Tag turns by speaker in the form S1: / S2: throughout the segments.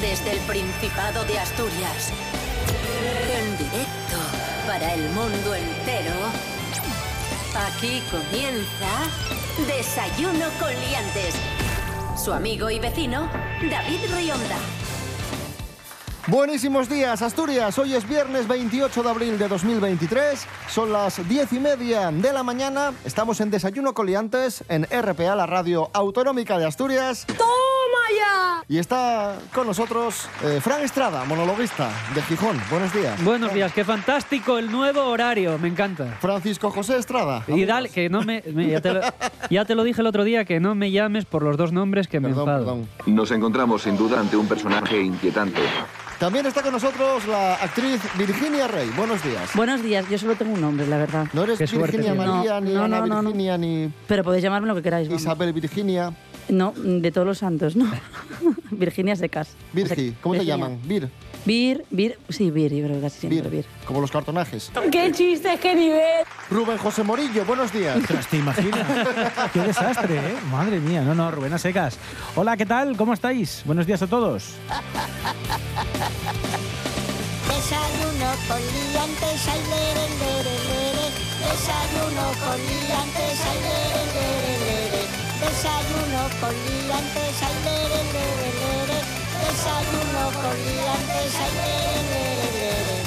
S1: Desde el Principado de Asturias. En directo para el mundo entero. Aquí comienza Desayuno con Liantes. Su amigo y vecino, David Rionda.
S2: Buenísimos días, Asturias. Hoy es viernes 28 de abril de 2023. Son las diez y media de la mañana. Estamos en Desayuno Coliantes en RPA, la radio autonómica de Asturias.
S3: ¡Toma ya!
S2: Y está con nosotros eh, Fran Estrada, monologuista de Gijón. Buenos días.
S4: Buenos días, qué fantástico el nuevo horario, me encanta.
S2: Francisco José Estrada.
S4: Y dale, que no me, me- ya, te lo, ya te lo dije el otro día, que no me llames por los dos nombres que me
S2: Ah, Perdón,
S4: enfado.
S2: perdón.
S5: Nos encontramos sin duda ante un personaje inquietante.
S2: También está con nosotros la actriz Virginia Rey. Buenos días.
S6: Buenos días, yo solo tengo un nombre, la verdad.
S2: No eres
S4: Qué suerte
S2: Virginia
S4: tienes.
S2: María,
S6: No,
S2: ni
S6: no,
S2: Ana
S6: no, no, no.
S2: Virginia, ni
S6: Pero podéis llamarme lo que queráis. vamos.
S2: Isabel Virginia.
S6: No, de todos los santos, no. Virginia Secas.
S2: Virgi, ¿cómo te
S6: Virginia.
S2: llaman? Vir.
S6: Vir, Vir, sí, Vir, yo creo que casi siempre
S2: Vir.
S6: Vir.
S2: Como los cartonajes.
S3: ¡Qué chistes, qué nivel!
S2: Rubén José Morillo, buenos días.
S7: Ostras, ¿Te imaginas? Qué desastre, ¿eh? Madre mía, no, no, Rubén a secas. Hola, ¿qué tal? ¿Cómo estáis? Buenos días a todos.
S8: Desayuno con liantes, ay, lere, lere, lere. Desayuno con liantes, ay, lere, lere, lere. Desayuno con liantes, ay, lere, lere, lere. Desayuno con liantes, ay, lere, lere, lere.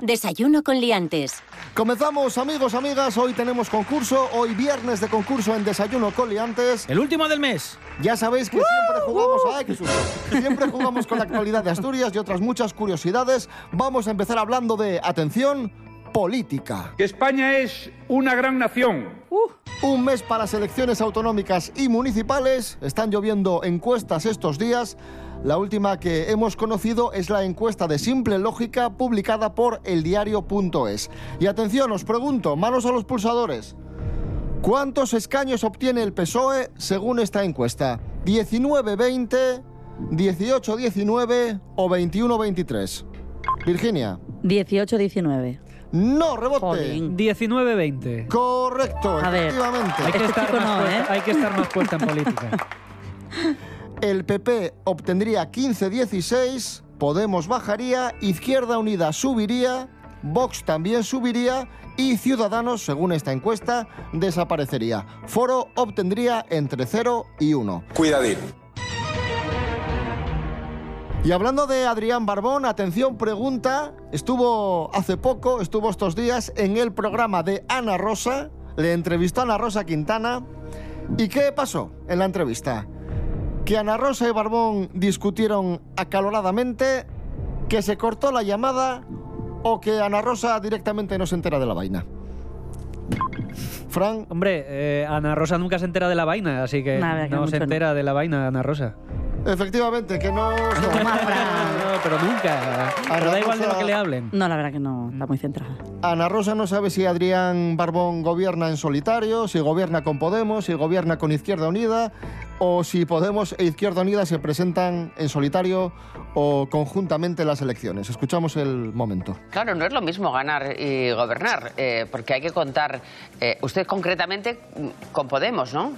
S1: Desayuno con Liantes.
S2: Comenzamos, amigos, amigas. Hoy tenemos concurso. Hoy viernes de concurso en Desayuno con Liantes.
S7: El último del mes.
S2: Ya sabéis que siempre jugamos... ¡Ay, qué susto! Siempre jugamos con la actualidad de Asturias y otras muchas curiosidades. Vamos a empezar hablando de, atención, política.
S9: que España es una gran nación.
S2: Un mes para las elecciones autonómicas y municipales. Están lloviendo encuestas estos días. La última que hemos conocido es la encuesta de simple lógica publicada por eldiario.es. Y atención, os pregunto, manos a los pulsadores. ¿Cuántos escaños obtiene el PSOE E según esta encuesta? ¿19-20, 18-19 o 21-23? Virginia.
S6: 18-19.
S2: No, rebote.
S6: Jolín.
S4: 19-20.
S2: Correcto,
S6: A ver.
S2: efectivamente.
S4: Hay que,
S6: Este
S4: estar
S6: chico
S4: más
S6: no,
S4: puesta,
S6: ¿eh?
S4: hay que estar más puesta en política.
S2: El PP obtendría 15-16, Podemos bajaría, Izquierda Unida subiría, Vox también subiría y Ciudadanos, según esta encuesta, desaparecería. Foro obtendría entre 0 y 1.
S9: Cuidadín.
S2: Y hablando de Adrián Barbón, atención, pregunta. Estuvo hace poco, estuvo estos días en el programa de Ana Rosa. Le entrevistó a Ana Rosa Quintana. ¿Y qué pasó en la entrevista? Que Ana Rosa y Barbón discutieron acaloradamente, que se cortó la llamada o que Ana Rosa directamente no se entera de la vaina. Fran,
S4: Hombre, eh, Ana Rosa nunca se entera de la vaina, así que
S6: Nada, que
S4: no
S6: mucho
S4: se
S6: no.
S4: entera de la vaina Ana Rosa.
S2: efectivamente, que no...
S4: No, no, pero nunca. Pero da igual de lo
S2: Rosa-
S4: que le hablen.
S6: No, la verdad que no, está muy centrada.
S2: Ana Rosa no sabe si Adrián Barbón gobierna en solitario, si gobierna con Podemos, si gobierna con Izquierda Unida o si Podemos e Izquierda Unida se presentan en solitario o conjuntamente en las elecciones. Escuchamos el momento.
S10: Claro, no es lo mismo ganar y gobernar, eh, porque hay que contar, eh, usted concretamente mm, con Podemos, ¿no?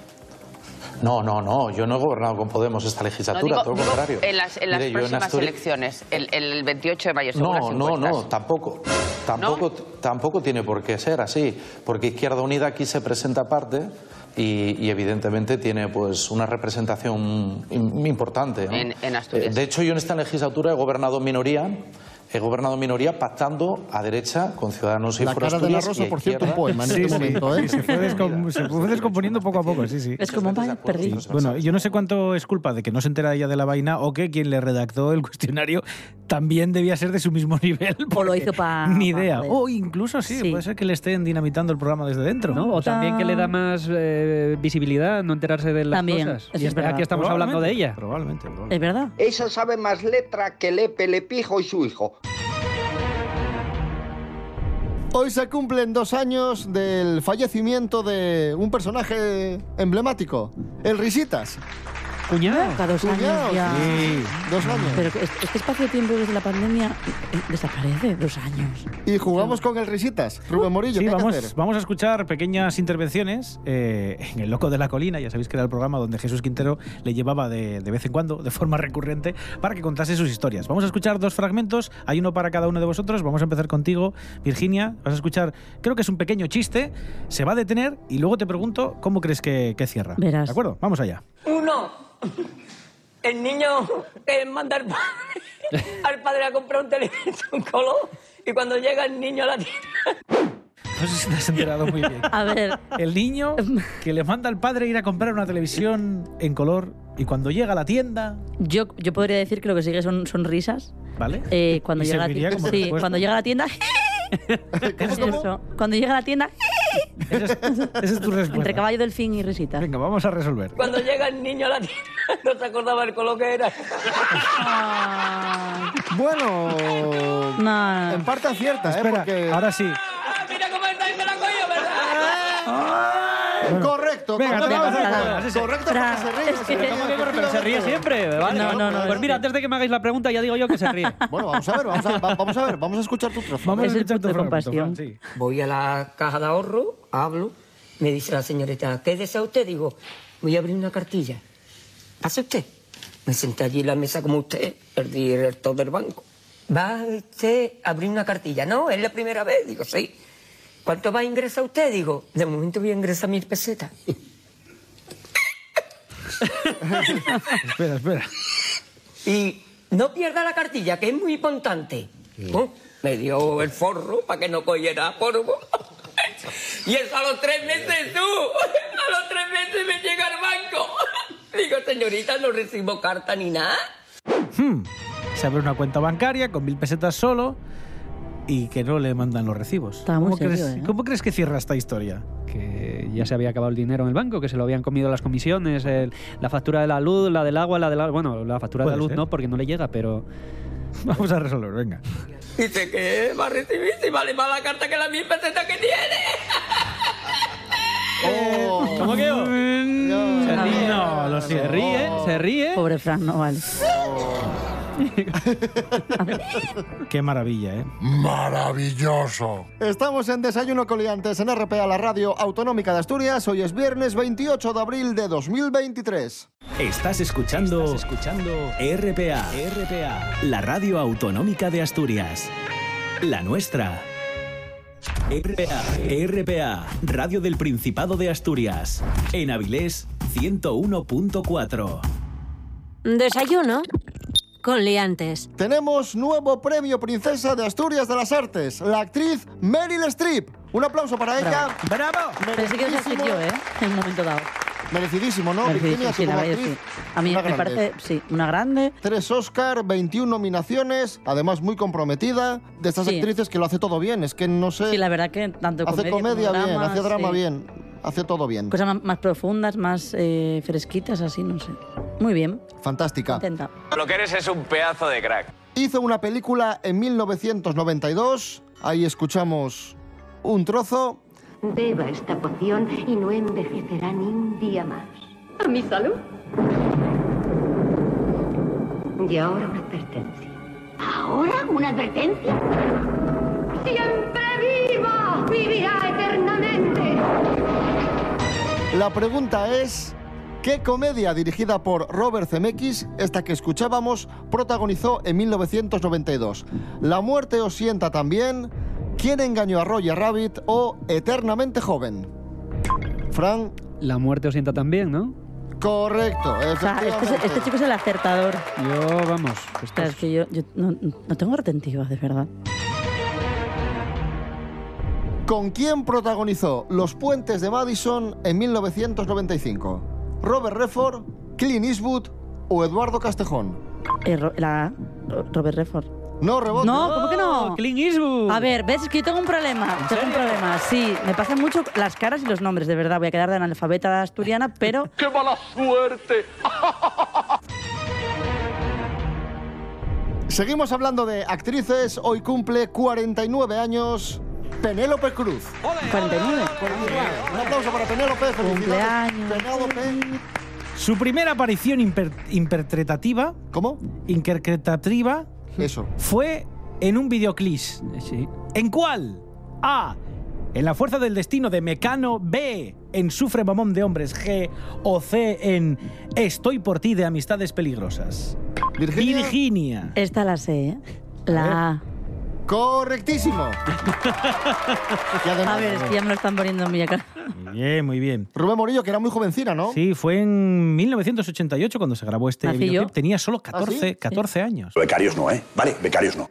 S11: No, no, no. Yo no he gobernado con Podemos esta
S10: no
S11: legislatura,
S10: digo-
S11: todo lo
S10: digo,
S11: contrario.
S10: en las, en las
S11: Mire, yo
S10: próximas
S11: Asturias-
S10: elecciones, el, el 28 de mayo, según
S11: No,
S10: las
S11: no, no,
S10: encuestas.
S11: tampoco. Tampoco, tampoco tiene por qué ser así, porque Izquierda Unida aquí se presenta aparte y, y evidentemente tiene pues una representación im- importante. ¿no?
S10: En- en Asturias.
S11: Eh, De hecho, yo en esta legislatura he gobernado en minoría. He gobernado en minoría pactando a derecha con Ciudadanos y
S2: La
S11: Foro
S2: cara de Ana
S11: Asturias
S2: Rosa,
S11: y a
S2: por cierto, un
S11: izquierda.
S2: poema en este momento. ¿eh?
S7: sí, se fue, descom- se fue descomponiendo poco a poco, sí, sí.
S6: Es como un
S11: Muchas veces
S6: perdí.
S11: acuerdos
S7: Bueno, yo no sé cuánto es culpa de que no se entera ella de la vaina o que quien le redactó el cuestionario también debía ser de su mismo nivel.
S6: O lo
S7: porque
S6: hizo pa-
S7: Ni
S6: pa
S7: idea. Oh.
S6: joder.
S7: O incluso sí,
S6: Sí.
S7: puede ser que le estén dinamitando el programa desde dentro.
S4: ¿no? O también que le da más eh, visibilidad no enterarse de las
S6: También,
S4: cosas.
S6: eso
S4: Y
S6: es verdad.
S4: aquí estamos hablando de ella.
S7: Probablemente, probablemente.
S6: ¿Es verdad?
S9: Esa sabe más letra que Lepe, Lepijo y su hijo.
S2: Hoy se cumplen dos años del fallecimiento de un personaje emblemático, el Risitas.
S4: Cuñado.
S6: Cada dos años
S2: Cuñados,
S6: ya.
S2: sí. Dos años.
S6: Pero es- este espacio-tiempo desde la pandemia eh, desaparece, dos años.
S2: Y jugamos con el Risitas. Rubén
S7: Sí,
S2: Morillo, ¿qué hay que
S7: vamos,
S2: hacer?
S7: vamos a escuchar pequeñas intervenciones eh, en El Loco de la Colina. Ya sabéis que era el programa donde Jesús Quintero le llevaba de, de vez en cuando, de forma recurrente, para que contase sus historias. Vamos a escuchar dos fragmentos, hay uno para cada uno de vosotros. Vamos a empezar contigo, Virginia. Vas a escuchar, creo que es un pequeño chiste, se va a detener y luego te pregunto cómo crees que, que cierra.
S6: Verás.
S7: ¿De acuerdo? Vamos allá.
S3: Uno, el niño que manda al padre, al padre a comprar un televisor color y cuando llega el niño a la tienda.
S7: No sé si te has enterado muy bien.
S6: A ver,
S7: El niño que le manda al padre ir a comprar una televisión en color y cuando llega a la tienda,
S6: yo, yo podría decir que lo que sigue son, son risas.
S7: ¿vale?
S6: Eh, cuando,
S7: Y
S6: llega a la
S7: serviría
S6: tienda,
S7: como
S6: sí,
S7: respuesta.
S6: cuando llega a la tienda...
S2: ¿Cómo,
S6: es
S2: cómo?
S6: eso. Cuando llega a la tienda,
S7: Esa es, esa es tu
S6: entre
S7: respuesta.
S6: caballo delfín y risita.
S7: Venga, vamos a resolver.
S3: Cuando llega el niño a la tienda, no se acordaba el color que era.
S6: Ah,
S2: Bueno,
S6: no,
S2: en parte acierta, ¿eh?
S7: Espera,
S2: Porque...
S7: ahora sí.
S3: Ah, mira cómo está y se la coño, ¿verdad?
S2: Correcto,
S7: Venga,
S2: correcto,
S7: te vamos a-
S2: correcto, correcto, porque se ríe.
S6: Es
S2: se
S6: que-
S2: ríe,
S6: ¿Cómo
S4: Pero se ríe siempre, ¿vale?
S6: No, no, no,
S4: Pues
S6: no.
S4: mira, antes de que me hagáis la pregunta, ya digo yo que se ríe.
S2: Bueno, vamos a ver, vamos a, va- vamos a ver, vamos a escuchar tu trozo.
S7: Vamos
S6: Es
S7: a
S6: el
S7: escuchar
S6: punto
S7: tu
S6: de
S7: fragmento,
S6: compasión.
S7: Fran, sí.
S3: Voy a la caja de ahorro, hablo, me dice la señorita, ¿qué desea usted? Digo, voy a abrir una cartilla. ¿Pase usted? Me senté allí en la mesa como usted, el director del banco. ¿Va usted a abrir una cartilla? No, es la primera vez. Digo, sí. ¿Cuánto va a ingresar usted? Digo, de momento voy a ingresar mil pesetas.
S7: Espera, espera.
S3: Y no pierda la cartilla, que es muy importante. Oh, me dio el forro para que no cogiera polvo. y eso a los tres meses, tú. A los tres meses me llega al banco. Digo, señorita, no recibo carta ni nada.
S7: Hmm. Se abre una cuenta bancaria con mil pesetas solo y que no le mandan los recibos.
S6: Está muy
S7: ¿Cómo,
S6: serio,
S7: crees,
S6: ¿eh?
S7: ¿Cómo crees que cierra esta historia?
S4: que ya se había acabado el dinero en el banco, que se lo habían comido las comisiones, el- la factura de la luz, la del agua, la de la... Bueno, la factura de la
S7: Puede
S4: luz
S7: ser.
S4: no, porque no le llega, pero...
S7: Vamos a resolver, venga.
S3: Dice que va a recibir si vale más la carta que la mil pesetas que tiene.
S2: Oh.
S4: ¿Cómo que? Se ríe.
S7: No, lo
S4: Se
S7: siento.
S4: ríe, ¿eh?
S2: Oh.
S4: se ríe.
S6: Pobre Fran, no vale.
S7: Qué maravilla, ¿eh?
S12: Maravilloso.
S2: Estamos en Desayuno Coliantes en RPA, la radio autonómica de Asturias. Hoy es viernes 28 de abril de 2023.
S13: Estás escuchando, RPA, RPA, la radio autonómica de Asturias. La nuestra. RPA,
S7: Eh,
S13: RPA, Radio del Principado de Asturias. En Avilés 101.4.
S1: Desayuno con liantes.
S2: Tenemos nuevo premio Princesa de Asturias de las Artes, la actriz Meryl Streep. Un aplauso para ella.
S7: ¡Bravo!
S6: Pero sí que os
S2: Merecidísimo.
S6: asfixió, ¿eh? En un momento dado.
S2: Merecidísimo, ¿no?
S6: Merecidísimo,
S2: Virginia,
S6: sí,
S2: tú
S6: la
S2: como
S6: verdad que
S2: actriz,
S6: sí. A mí
S2: una
S6: me
S2: grande.
S6: parece, sí, una grande.
S2: Tres Oscar, 21 nominaciones, además muy comprometida, de estas
S6: Sí.
S2: actrices que lo hace todo bien, es que no sé,
S6: Sí, la verdad que tanto
S2: hace
S6: como
S2: comedia bien,
S6: drama,
S2: hace drama
S6: sí. Pues,
S2: bien, hace todo bien.
S6: Cosas más, más profundas, más eh, fresquitas, así, no sé. Muy bien,
S2: Fantástica.
S6: intenta.
S14: Lo que eres es un pedazo de crack.
S2: Hizo una película en 1992, ahí escuchamos un trozo.
S15: Beba esta poción y no envejecerá ni un día más. A mi salud. Y ahora una advertencia. ¿Ahora una advertencia? ¡Siempre viva! ¡Vivirá eternamente!
S2: La pregunta es, ¿qué comedia dirigida por Robert Zemeckis, esta que escuchábamos, protagonizó en 1992? La muerte os sienta también, ¿Quién engañó a Roger Rabbit o Eternamente joven? Fran,
S4: La muerte os sienta también, ¿no?
S2: correcto,
S6: O sea, este, es-
S2: efectivamente.
S6: este chico es el acertador.
S4: Yo, vamos,
S6: O sea,
S4: estás-
S6: es que yo, yo no, no tengo retentiva, de verdad.
S2: ¿Con quién protagonizó Los puentes de Madison en 1995? ¿Robert Redford, Clint Eastwood o Eduardo Castejón?
S6: Eh, Ro- la, Robert Redford.
S2: No,
S4: Oh,
S2: rebote.
S6: No, ¿cómo que no?
S4: Clint Eastwood.
S6: A ver, ves, es que yo tengo un problema. Tengo un problema, sí. Me pasan mucho las caras y los nombres, de verdad. Voy a quedar de analfabeta asturiana, pero
S14: ¡Qué mala suerte!
S2: Seguimos hablando de actrices. Hoy cumple 49 años Penélope Cruz.
S6: 49.
S2: 49. Un aplauso para Penélope. Felicidades,
S6: Cumpleaños.
S2: Penélope.
S7: Su primera aparición imper- interpretativa.
S2: ¿Cómo?
S7: Interpretativa.
S2: Eso.
S7: Fue en un videoclip.
S4: Eh,
S7: ¿En cuál? A. En La Fuerza del Destino de Mecano. B. En Sufre Mamón de Hombres. G. O C. En Estoy por ti de Amistades Peligrosas.
S2: Virginia.
S6: Esta la sé, ¿eh? La A.
S2: Correctísimo.
S6: A ver, es que ya me lo están poniendo en mi cara.
S7: Muy bien, muy bien.
S2: Rubén Morillo, que era muy jovencina, ¿no?
S7: Sí, fue en 1988 cuando se grabó este
S6: Nací yo.
S7: videoclip. Tenía solo 14, 14 años.
S16: Becarios no, ¿eh? Vale, becarios no.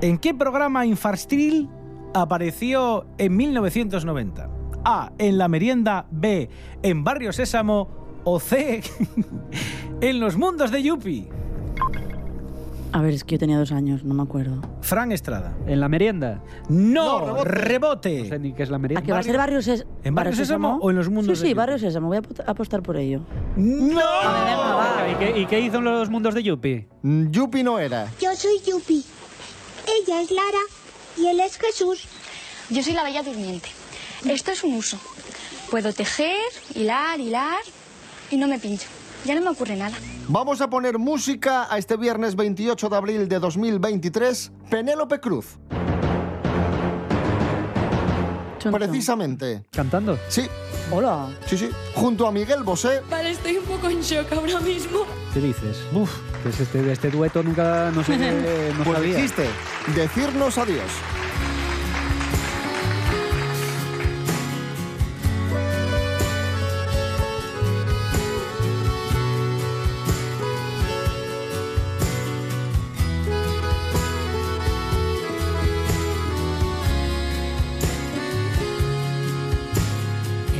S7: ¿En qué programa infantil apareció en 1990? A. En la merienda. B. En Barrio Sésamo. O C. en los mundos de Yupi.
S6: A ver, es que yo tenía dos años, no me acuerdo.
S7: Fran Estrada.
S4: ¿En la merienda?
S7: No, rebote.
S4: No sé ni qué es la merienda.
S6: ¿A que va a ser Barrio Sés- Sésamo?
S4: ¿En Barrio Sésamo o en los mundos
S6: Sí,
S4: de
S6: sí,
S4: Yupi?
S6: Barrio Sésamo. Voy a apot- apostar por ello.
S7: ¡No!
S4: Ah, ¿Y qué, y qué hizo en los mundos de Yupi?
S2: Mm, Yupi no era.
S17: Yo soy Yupi. Ella es Lara y él es Jesús. Yo soy la bella durmiente. Esto es un uso. Puedo tejer, hilar, hilar y no me pincho. Ya no me ocurre nada.
S2: Vamos a poner música a este viernes 28 de abril de 2023, Penélope Cruz. Precisamente.
S4: ¿Cantando?
S2: Sí.
S6: Hola.
S2: Sí, sí. Junto a Miguel Bosé.
S18: Vale, estoy un poco en shock ahora mismo.
S4: ¿Qué dices? Uf, pues este, de este dueto nunca no sé, eh, no
S2: Pues
S4: sabía.
S2: dijiste, decirnos adiós.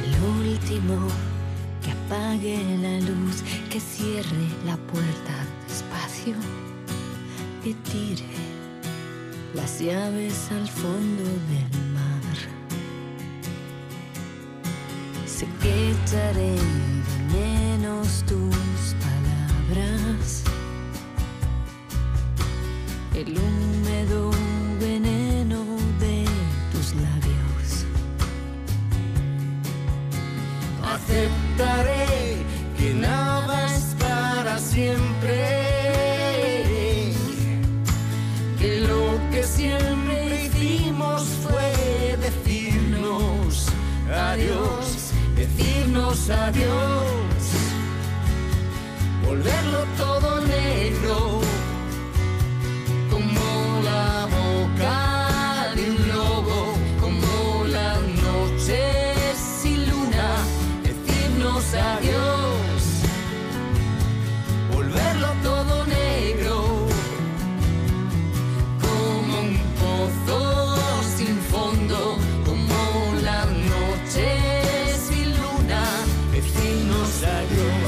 S19: El último que apague la luz, que cierre la puerta despacio, que tire las llaves al fondo del mar. Sé que echaré de menos tus palabras, el húmedo veneno de tus labios.
S20: Aceptaré que nada es para siempre. Que lo que siempre hicimos fue decirnos adiós, decirnos adiós. Volverlo todo negro, como la boca de un lobo, como las noches sin luna decirnos adiós, volverlo todo negro, como un pozo sin fondo, como las noches sin luna, decirnos adiós.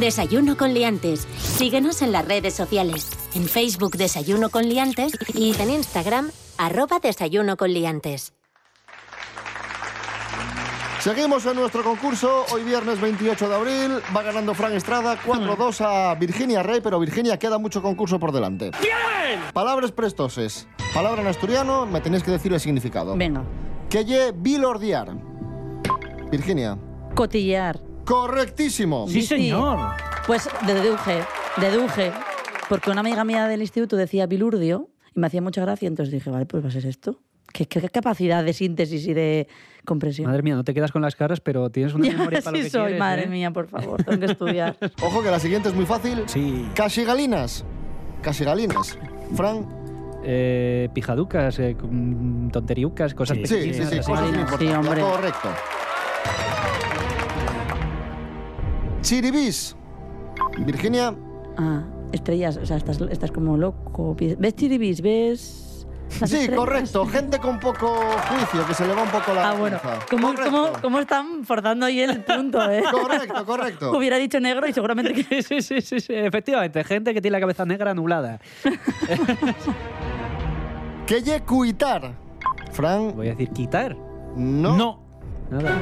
S1: Desayuno con liantes. Síguenos en las redes sociales. En Facebook Desayuno con liantes y en Instagram arroba Desayuno con liantes.
S2: Seguimos en nuestro concurso. Hoy viernes 28 de abril va ganando Fran Estrada 4-2 a Virginia Rey, pero Virginia queda mucho concurso por delante. ¡Bien! Palabras prestoses. Palabra en asturiano, me tenéis que decir el significado.
S6: Venga.
S2: Que ye bilordiar. Virginia.
S6: Cotillear.
S2: Correctísimo. Sí, señor.
S6: Pues deduje, deduje. Porque una amiga mía del instituto decía bilurdio y me hacía mucha gracia, entonces dije, vale, pues va a ser esto. ¿Qué, qué- qué capacidad de síntesis y de comprensión?
S4: Madre mía, no te quedas con las caras, pero tienes una memoria para lo
S6: sí
S4: que
S6: soy,
S4: quieres,
S6: madre
S4: ¿eh?
S6: mía, por favor, tengo que estudiar.
S2: Ojo que la siguiente es muy fácil.
S7: Sí.
S2: Casigalinas. Casigalinas. Fran.
S4: Eh, pijaducas, eh, mm, tonteriucas, cosas
S2: Sí, sí,
S4: pequeñinas.
S2: sí,
S4: así.
S2: cosas importantes. Correcto. Chiribis. Virginia.
S6: Ah, estrellas, o sea, estás, estás como loco. ¿Ves chiribis? ¿Ves...? las
S2: Sí,
S6: estrellas?
S2: correcto. Gente con poco juicio, que se le va un poco la
S6: Ah, bueno.
S2: pinza.
S6: ¿Cómo, cómo, cómo están forzando ahí el punto, eh?
S2: Correcto, correcto.
S6: Hubiera dicho negro y seguramente que...
S4: Sí, sí, sí, sí, efectivamente, gente que tiene la cabeza negra anulada.
S2: Que ye cuitar. Fran.
S4: Voy a decir quitar.
S2: No.
S4: Nada.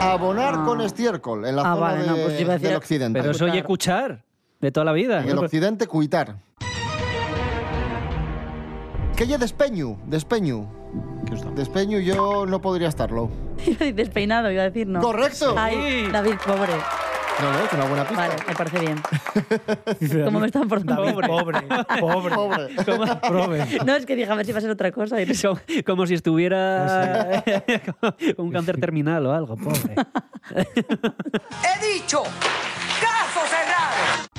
S6: Ah.
S2: Abonar con estiércol en la zona de-
S6: pues
S2: del occidente.
S4: Pero soy
S6: Ah, pues-
S4: escuchar de toda la vida.
S2: En el occidente, cuitar. Que yo despeño, despeño. Despeño yo no podría estarlo.
S6: Iba a decir Despeinado, iba a decir no.
S2: Correcto.
S6: Ay, David, pobre.
S2: No, no, es una buena pista.
S6: Vale, me parece bien. ¿Cómo me están portando?
S7: Pobre, pobre, pobre.
S4: Como-
S7: pues.
S6: No, es que dije, a ver si va a ser otra cosa. Y no sé.
S4: Como, como si estuviera con un cáncer terminal o algo, pobre.
S20: He dicho, caso cerrado.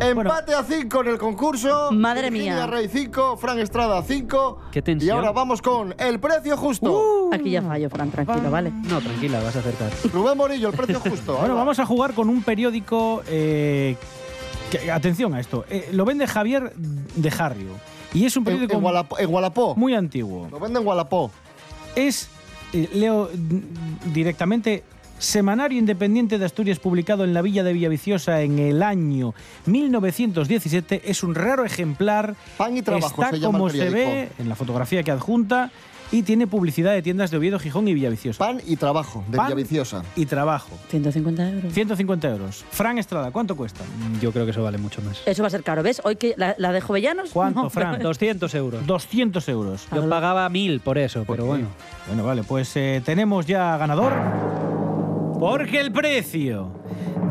S2: Empate a 5 en el concurso.
S6: Madre
S2: Virginia
S6: mía.
S2: Rey 5, Fran Estrada 5.
S4: Qué
S2: Y
S4: tensión.
S2: ahora vamos con el precio
S7: Uh.
S2: justo.
S6: Aquí ya fallo, Fran, tranquilo, ¿vale?
S4: No, tranquila, vas a acertar.
S2: Rubén Morillo, el precio justo.
S7: Bueno, vamos a jugar con un periódico. eh, que- atención a esto. eh, lo vende Javier de Jarrio. Y es un
S2: En,
S7: periódico
S2: en Wallapop- en Wallapop.
S7: muy antiguo.
S2: Lo venden en Wallapop.
S7: Es, eh, leo mm, directamente, Semanario Independiente de Asturias, publicado en la Villa de Villaviciosa en el año 1917. Es un raro ejemplar.
S2: Pan y trabajo
S7: Está
S2: se llama
S7: como
S2: el
S7: se
S2: periódico.
S7: ve en la fotografía que adjunta y tiene publicidad de tiendas de Oviedo, Gijón y Villaviciosa.
S2: Pan y trabajo de
S7: Pan
S2: Villaviciosa.
S7: y trabajo.
S6: 150 euros.
S7: 150 euros. Fran Estrada, ¿cuánto cuesta?
S4: Yo creo que eso vale mucho más.
S6: Eso va a ser caro, ¿ves? Hoy que la, la de Jovellanos.
S7: ¿Cuánto,
S6: no.
S7: Fran?
S4: 200 euros.
S7: 200 euros.
S4: Yo pagaba mil por eso, pero bueno.
S7: Bueno, vale, pues eh, tenemos ya ganador. Porque el precio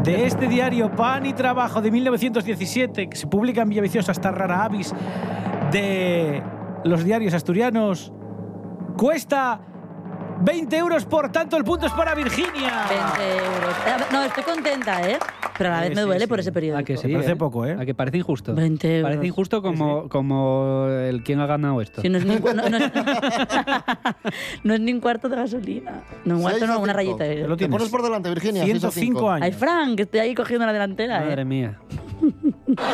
S7: de este diario Pan y Trabajo de 1917, que se publica en Villaviciosa hasta Rara Avis, de los diarios asturianos, cuesta 20 euros. Por tanto, el punto es para Virginia.
S6: 20 euros. Eh, a ver, No, estoy contenta, ¿eh? Pero a la vez
S7: Sí,
S6: me
S7: sí,
S6: duele
S7: sí.
S6: por ese periódico.
S4: A que sí,
S7: parece
S4: eh?
S7: poco, ¿eh?
S4: A que parece injusto.
S6: 20 euros.
S4: Parece injusto como, como el quien ha ganado esto.
S6: Si no, es ni, no, no es- no es ni un cuarto de gasolina. No, un cuarto
S2: Seis a
S6: no, una
S2: cinco.
S6: rayita. eh.
S7: Te
S6: de-
S7: lo
S2: Te
S7: tienes.
S2: pones por delante, Virginia. seis a
S7: 105
S2: cinco.
S7: años.
S6: Ay, Fran, que estoy ahí cogiendo la delantera,
S4: Madre
S6: ¿eh?
S4: mía.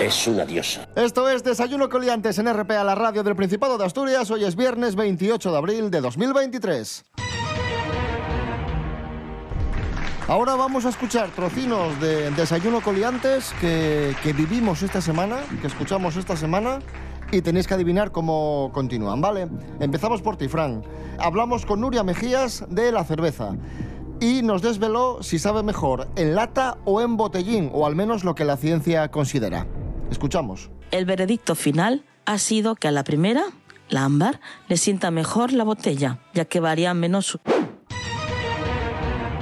S16: Es una diosa.
S2: Esto es Desayuno con Liantes en RPA, la radio del Principado de Asturias. Hoy es viernes 28 de abril de 2023. Ahora vamos a escuchar trocinos de Desayuno con Liantes que, que vivimos esta semana, que escuchamos esta semana. Y tenéis que adivinar cómo continúan, ¿vale? Empezamos por ti, Fran. Hablamos con Nuria Mejías de la cerveza. Y nos desveló si sabe mejor en lata o en botellín, o al menos lo que la ciencia considera. Escuchamos.
S21: El veredicto final ha sido que a la primera, la ámbar, le sienta mejor la botella, ya que varía menos su...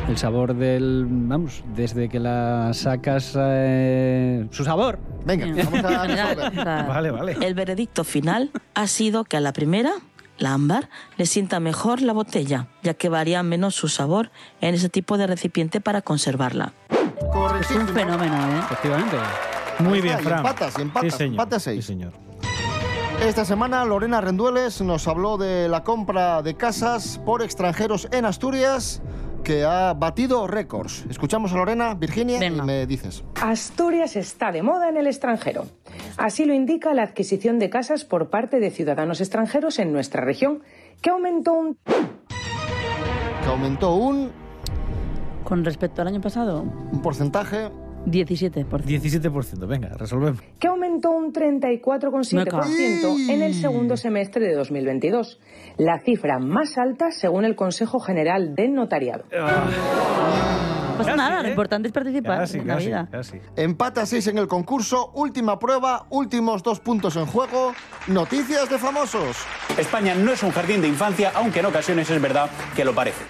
S4: El sabor del. Vamos, desde que la sacas. eh, su sabor.
S2: Venga, vamos a resolver.
S7: Vale, vale.
S21: El veredicto final ha sido que a la primera, la ámbar, le sienta mejor la botella, ya que varía menos su sabor en ese tipo de recipiente para conservarla.
S6: Es un fenómeno, ¿eh?
S4: Efectivamente.
S7: Muy
S2: Ahí
S7: bien,
S2: está, y
S7: Fran.
S2: empatas, y empatas,
S7: sí, señor.
S2: empate a seis.
S7: Sí, señor.
S2: Esta semana Lorena Rendueles nos habló de la compra de casas por extranjeros en Asturias que ha batido récords. Escuchamos a Lorena, Virginia, y me dices.
S22: Asturias está de moda en el extranjero. Así lo indica la adquisición de casas por parte de ciudadanos extranjeros en nuestra región, que aumentó un
S2: Que aumentó un,
S6: Con respecto al año pasado,
S2: un porcentaje.
S6: 17%.
S7: 17%, venga, resolvemos.
S22: que aumentó un 34,7% en el segundo semestre de 2022, la cifra más alta según el Consejo General del Notariado.
S6: No pasa nada, lo importante es participar en la vida.
S2: Empate a seis en el concurso, última prueba, últimos dos puntos en juego. Noticias de famosos.
S23: España no es un jardín de infancia, aunque en ocasiones es verdad que lo parece.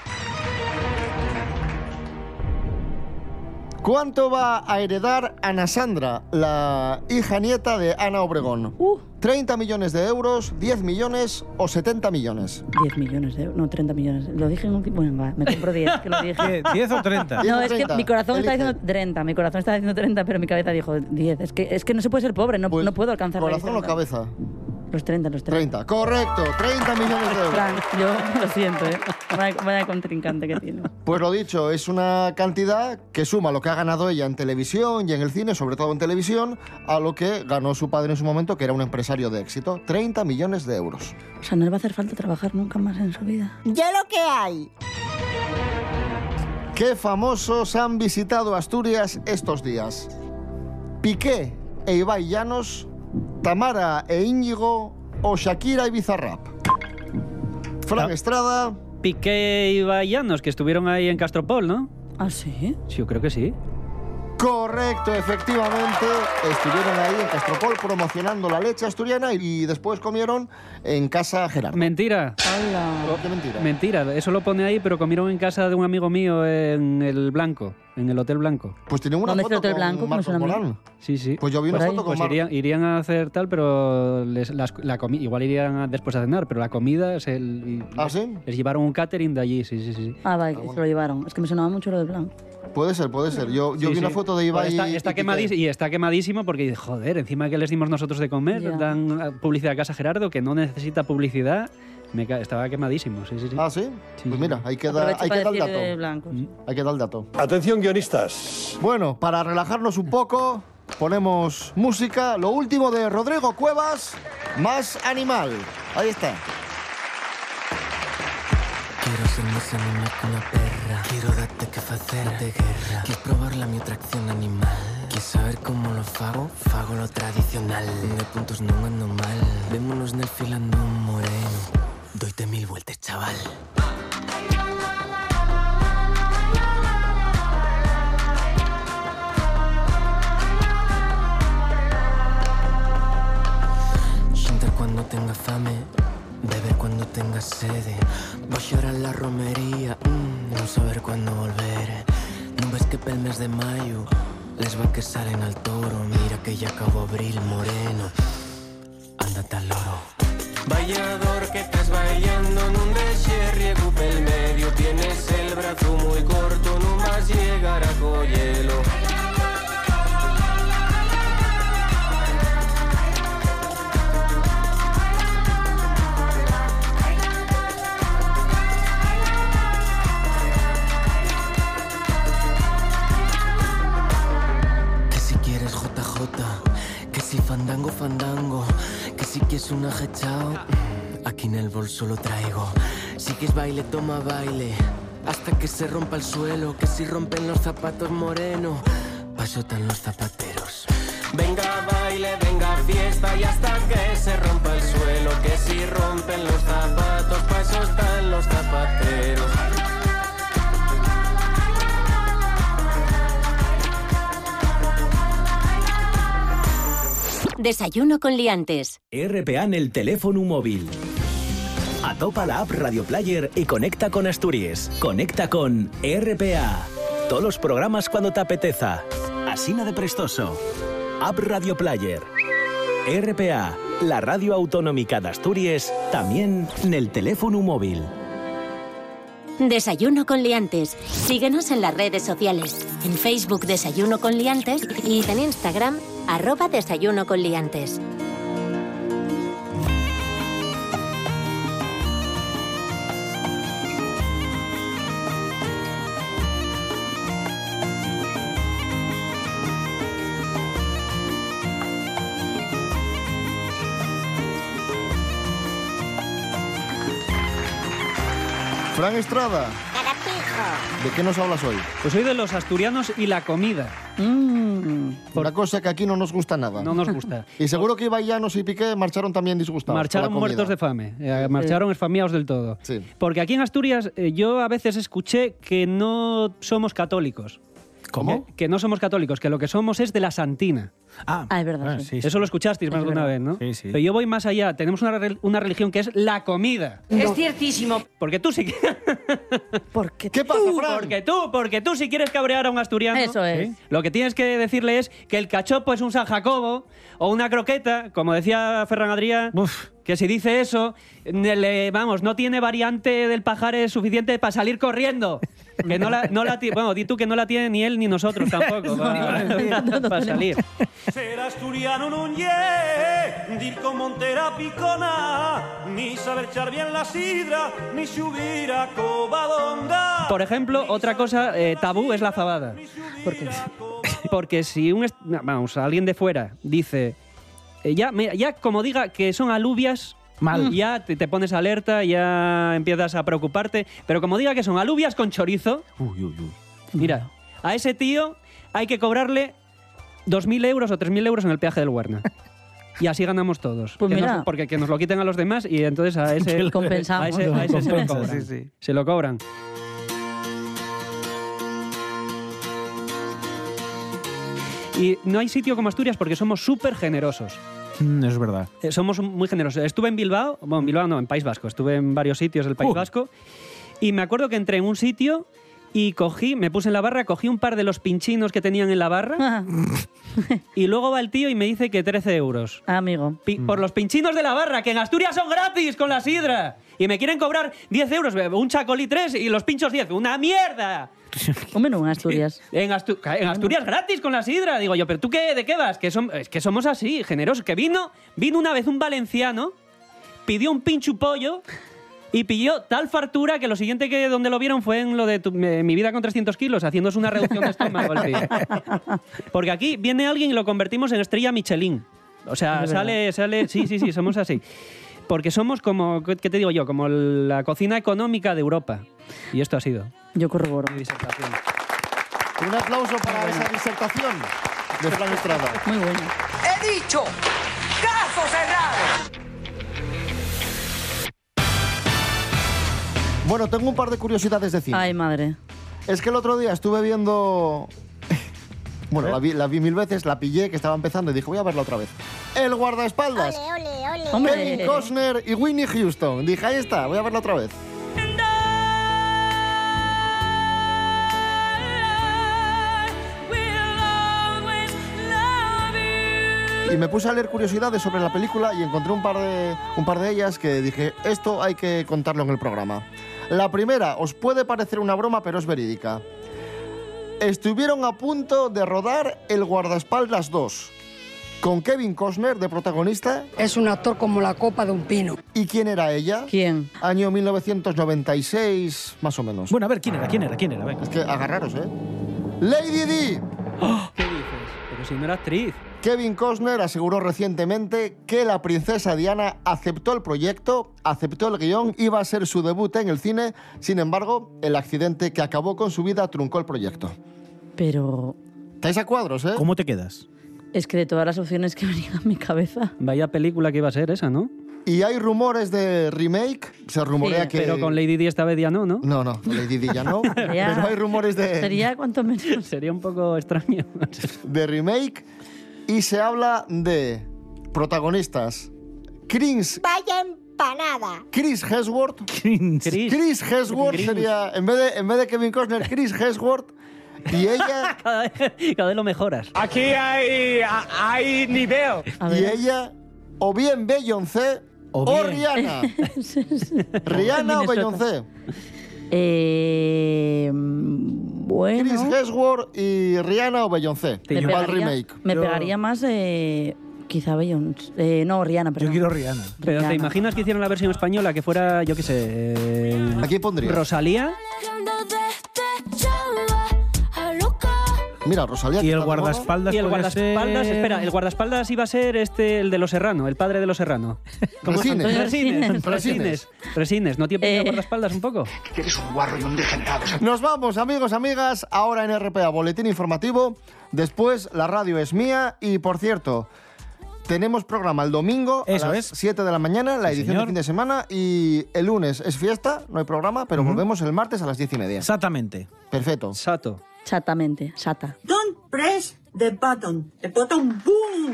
S2: ¿Cuánto va a heredar Ana Sandra, la hija nieta de Ana Obregón?
S6: Uh.
S2: ¿30 millones de euros, 10 millones o 70 millones?
S6: 10 millones de euros, no, 30 millones. Lo dije en un... Bueno, va, me compro 10, que lo dije.
S7: 10 o 30.
S6: No,
S2: 10 o
S6: es que
S2: 30,
S6: mi corazón está
S2: elige.
S6: diciendo 30, mi corazón está diciendo 30, pero mi cabeza dijo 10. Es que, es que no se puede ser pobre, no, no puedo alcanzar la
S2: Pues ¿Corazón o
S6: lista.
S2: cabeza?
S6: Los 30, los 30.
S2: 30, correcto, 30 millones de euros.
S6: Fran, yo lo siento, ¿eh? Vaya, vaya contrincante que tiene.
S2: Pues lo dicho, es una cantidad que suma lo que ha ganado ella en televisión y en el cine, sobre todo en televisión, a lo que ganó su padre en su momento, que era un empresario de éxito. 30 millones de euros.
S6: O sea, no le va a hacer falta trabajar nunca más en su vida.
S24: Ya lo que hay.
S2: ¿Qué famosos han visitado Asturias estos días? Piqué e Ibai Llanos, Tamara e Íñigo o Shakira y Bizarrap. Fran Estrada,
S4: Piqué y Bayanos, que estuvieron ahí en Castropol, ¿no?
S6: Ah, sí.
S4: Sí, yo creo que sí.
S2: Correcto, efectivamente. Estuvieron ahí en Castropol promocionando la leche asturiana y después comieron en casa Gerardo.
S4: Mentira.
S2: ¿Qué mentira?
S4: Mentira, eso lo pone ahí, pero comieron en casa de un amigo mío en el Blanco, en el Hotel Blanco.
S2: Pues tenemos una
S6: ¿Dónde está
S2: foto
S6: el Hotel
S2: con
S6: Blanco? ¿Cómo
S2: Marcos
S6: suena a mí?
S2: Morán.
S4: Sí, sí.
S2: Pues yo vi
S4: Por
S2: una
S4: ahí.
S2: foto con
S4: Pues
S2: Mar-
S4: irían, irían a hacer tal, pero les- las- la comi- igual irían a- después a cenar, pero la comida se, l-
S2: ¿Ah,
S4: les,
S2: sí?
S4: les llevaron un catering de allí, sí, sí, sí.
S6: Ah, vale, que se lo llevaron. Es que me sonaba mucho lo de Blanc.
S2: Puede ser, puede ser. Yo, yo
S4: Sí,
S2: vi una
S4: sí.
S2: foto de Ibai.
S4: Pues está,
S2: y-
S4: está
S2: y Piqué.
S4: quemadis- y está quemadísimo porque, joder, encima que les dimos nosotros de comer,
S6: Ya.
S4: dan eh, publicidad a Casa Gerardo, que no necesita publicidad. Me ca- estaba quemadísimo, sí, sí, sí.
S2: Ah, sí. Pues mira, ahí queda,
S6: Aprovecho
S2: ahí
S6: para
S2: queda el
S6: decir eh, de
S2: dato. Mm.
S6: blancos.
S2: Ahí queda el dato.
S16: Atención, guionistas.
S2: Bueno, para relajarnos un poco, ponemos música. Lo último de Rodrigo Cuevas, más animal. Ahí está.
S5: Quiero ser más animal que una perra Quiero darte que facer de guerra Quis probar la mi atracción animal Quis saber cómo lo fago, fago lo tradicional De puntos no ando mal Vémonos nel filando moreno Doite mil vueltas, chaval Xintar cuando tenga fame Beber cuando tenga sede Va a llorar la romería mm, No saber cuándo volver No ves que pel mes de mayo Les va que salen al toro Mira que ya acabó abril, moreno Ándate al loro
S8: Vallador que estás bailando en un desierto pel medio Tienes el brazo muy corto, no más llegar a Coyelo
S5: Que si quieres JJ Que si fandango, fandango Que si quieres un ajechao mm, Aquí en el bolso lo traigo Si quieres baile, toma baile Hasta que se rompa el suelo Que si rompen los zapatos moreno Pasotan los zapateros
S8: Venga baile, venga fiesta y hasta que se rompa el suelo Que si rompen los zapatos, pa' eso están los zapateros
S1: Desayuno con liantes.
S13: RPA en el teléfono móvil. Atopa la app Radio Player y conecta con Asturias. Conecta con RPA. Todos los programas cuando te apeteza. Asina de Prestoso. App Radio Player. RPA, la radio autonómica de Asturias, también en el teléfono móvil.
S1: Desayuno con liantes. Síguenos en las redes sociales. En Facebook Desayuno con liantes y en Instagram arroba Desayuno con liantes.
S2: Fran Estrada, ¿de qué nos hablas hoy?
S4: Pues soy de los asturianos y la comida.
S2: Una cosa que aquí no nos gusta nada.
S4: No nos gusta.
S2: Y seguro que Ibai Llanos y Piqué marcharon también disgustados.
S4: Marcharon muertos de fame, eh, marcharon esfamiados del todo. Porque aquí en Asturias eh, yo a veces escuché que no somos católicos.
S7: ¿Cómo?
S4: Que, que no somos católicos, que lo que somos es de la Santina.
S7: Ah,
S6: es verdad. sí.
S4: Eso lo escuchasteis más
S6: Es
S4: de una
S6: verdad.
S4: vez, ¿no?
S7: Sí, sí.
S4: Pero yo voy más allá. Tenemos una, rel- una religión que es la comida.
S6: Es ciertísimo.
S4: Porque tú sí que...
S6: porque
S2: ¿Qué pasa, Fran?
S4: Uh, Porque tú, porque tú si quieres cabrear a un asturiano...
S6: Eso es.
S4: ¿sí? Lo que tienes que decirle es que el cachopo es un San Jacobo o una croqueta, como decía Ferran Adrià, que si dice eso, ne- le- vamos, no tiene variante del pajares suficiente para salir corriendo. Que no la, no la ti- bueno, di tú que no la tiene ni él ni nosotros tampoco para, para salir.
S10: Ser asturiano non è dir con Montera picona, ni saber echar bien la sidra, ni subir a Covadonga.
S4: Por ejemplo, otra cosa eh, tabú es la fabada. Porque si un est- vamos, alguien de fuera dice eh, ya, mira, ya como diga que son alubias
S7: Mal.
S4: Ya te, te pones alerta, ya empiezas a preocuparte. Pero como diga que son alubias con chorizo,
S7: Uy, uy, uy.
S4: mira, a ese tío hay que cobrarle 2.000 euros o 3.000 euros en el peaje del Huerna. Y así ganamos todos.
S6: Pues
S4: Que
S6: mira.
S4: nos- porque que nos lo quiten a los demás y entonces a ese,
S6: Que lo compensamos.
S4: a ese, a ese se lo
S6: Compensa,
S4: cobran.
S6: sí, sí.
S4: Se lo cobran. Y no hay sitio como Asturias porque somos súper generosos.
S7: Mm, es verdad.
S4: Eh, Somos muy generosos. Estuve en Bilbao, bueno, en Bilbao no, en País Vasco. Estuve en varios sitios del País
S7: Joder.
S4: Vasco. Y me acuerdo que entré en un sitio y cogí, me puse en la barra, cogí un par de los pinchinos que tenían en la
S6: Ah.
S4: barra. y luego va el tío y me dice que 13 euros.
S6: Ah, Amigo.
S4: Pi- Por los pinchinos de la barra, que en Asturias son gratis con la sidra. Y me quieren cobrar 10 euros, un chacolí 3 y los pinchos 10. ¡Una mierda!
S6: Hombre, no, en Asturias.
S4: En, Astu- en Asturias gratis con la sidra. Digo yo, ¿pero tú qué? ¿De qué vas? Que som- es que somos así, generosos. Que vino, vino una vez un valenciano, pidió un pinchu pollo y pilló tal fartura que lo siguiente que donde lo vieron fue en lo de tu- me- mi vida con 300 kilos, haciéndose una reducción de estómago el tío. Porque aquí viene alguien y lo convertimos en estrella Michelin. O sea,
S6: Es verdad.
S4: sale, sale, sí, sí, sí, somos así. Porque somos como, ¿qué te digo yo? Como la cocina económica de Europa. Y esto ha sido.
S6: Yo corroboro.
S2: Un aplauso para esa disertación de Fran Estrada.
S6: Muy bueno.
S20: He dicho, caso cerrado.
S2: Bueno, tengo un par de curiosidades de cine.
S6: Ay, madre.
S2: Es que el otro día estuve viendo. Bueno, la vi, la vi mil veces, la pillé, que estaba empezando, y dije, voy a verla otra vez. El guardaespaldas.
S6: Hombre.
S2: Kevin Costner y Winnie Houston. Dije, ahí está, voy a verla otra vez. Y me puse a leer curiosidades sobre la película y encontré un par de, un par de ellas que dije, esto hay que contarlo en el programa. La primera, os puede parecer una broma, pero es verídica. Estuvieron a punto de rodar El guardaespaldas 2, con Kevin Costner de protagonista.
S3: Es un actor como la copa de un pino.
S2: ¿Y quién era ella?
S6: ¿Quién?
S2: Año 1996, más o menos.
S7: Bueno, a ver, ¿quién era? ¿Quién era? ¿Quién era? Venga.
S2: Es que agarraros, ¿eh? Lady Di.
S4: ¿Qué dices? Pero si no era actriz.
S2: Kevin Costner aseguró recientemente que la princesa Diana aceptó el proyecto, aceptó el guión, iba a ser su debut en el cine, sin embargo, el accidente que acabó con su vida truncó el proyecto.
S6: Pero
S2: Estáis a cuadros, ¿eh?
S7: ¿Cómo te quedas?
S6: es que de todas las opciones que venían a mi cabeza.
S4: Vaya película que iba a ser esa, ¿no?
S2: Y hay rumores de remake, se rumorea
S6: Sí.
S2: que...
S4: Pero con Lady Di esta vez ya no, ¿no?
S2: No, no, Lady Di ya no, pero
S6: Ya.
S2: hay rumores de,
S6: Sería cuanto menos.
S4: Sería un poco extraño.
S2: de remake y se habla de protagonistas. Chris,
S9: Vaya empanada.
S2: Chris Hemsworth
S4: Chris.
S2: Chris Hemsworth
S4: Chris.
S2: sería, en vez, de, en vez de Kevin Costner, Chris Hemsworth y ella,
S4: Cada vez, cada vez lo mejoras.
S3: Aquí hay, ah, hay nivel.
S6: A
S2: y
S6: ver.
S2: ella o bien Beyoncé o,
S7: O bien.
S2: Rihanna. Rihanna o
S6: Minnesota.
S2: Beyoncé.
S6: Eh, mm, bueno.
S2: Chris Hemsworth y Rihanna o Beyoncé.
S6: me
S2: Igual
S6: pegaría,
S2: remake.
S6: me
S7: Yo-
S6: pegaría más. eh, quizá Beyoncé. Eh, no, Rihanna,
S7: Yo
S6: perdón.
S7: quiero Rihanna.
S4: Pero
S6: Rihanna.
S4: ¿te imaginas que hicieron la versión española que fuera, yo qué sé... eh,
S2: Aquí pondría.
S4: Rosalía?
S2: Mira, Rosalía.
S7: Y
S2: que
S7: el
S2: está de moda.
S7: guardaespaldas.
S4: Y el
S7: podría
S4: guardaespaldas...
S7: ser-
S4: Espera, el guardaespaldas iba a ser este, el de Los Serrano, el padre de Los Serrano.
S2: Resines.
S6: Antonio
S4: Resines.
S6: Resines.
S4: Resines. Resines. ¿No tiene
S6: Eh.
S4: guardaespaldas un poco?
S12: Eres un guarro y un degenerado.
S2: Nos vamos, amigos, amigas, ahora en RPA, Boletín Informativo. Después, la radio es mía. Y por cierto, tenemos programa el domingo
S7: Eso
S2: a las
S7: es.
S2: 7 de la mañana, la
S7: Sí,
S2: edición de
S7: señor.
S2: fin de semana. Y el lunes es fiesta, no hay programa, pero volvemos el martes a las 10 y media.
S7: Exactamente.
S2: Perfecto.
S4: Sato.
S6: Exactamente, Sata.
S9: Don't press the button. The button boom.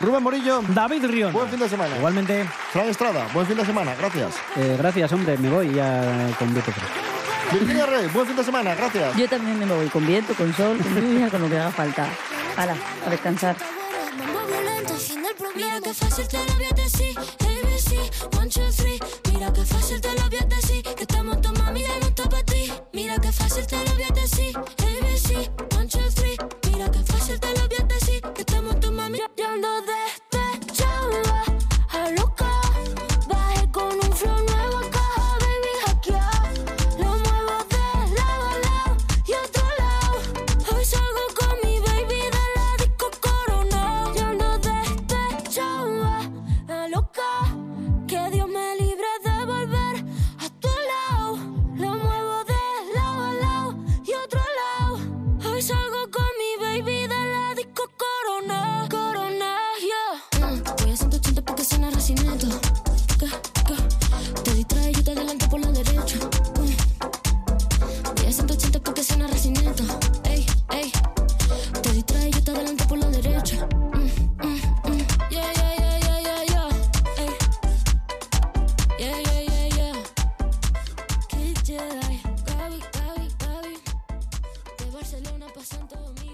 S2: Rubén Morillo,
S7: David Rion.
S2: buen fin de semana.
S7: Igualmente.
S2: Fran Estrada, buen fin de semana, gracias.
S4: Eh, gracias, hombre. Me voy ya con BTP.
S2: Virginia Rey, buen fin de semana, gracias.
S6: Yo también me voy con viento, con sol, con lluvia, con lo que haga falta. Hala, a descansar.
S18: Vamos violento, fin del problema. Mira qué fácil te lo voy a decir. ABC, one, two, three. Mira qué fácil te lo voy a decir. Que estamos tu mami de gusto para ti. Mira qué fácil te lo voy a decir. ABC, one, two, three. Mira qué fácil te lo voy a decir. Que estamos tu mami. Yo ando despechada, a loca. Bajé con un flow nuevo a caja, baby, hackeado. Lo muevo de lado a lado y otro lado. Hoy salgo con mi baby de la disco coronado. este Yo ando despechada, a loca. Que Dios me libre de volver a tu lado. Mm, Mm. Jedi. Gaby, Gaby, Gaby. De Barcelona pa' Santo Domingo.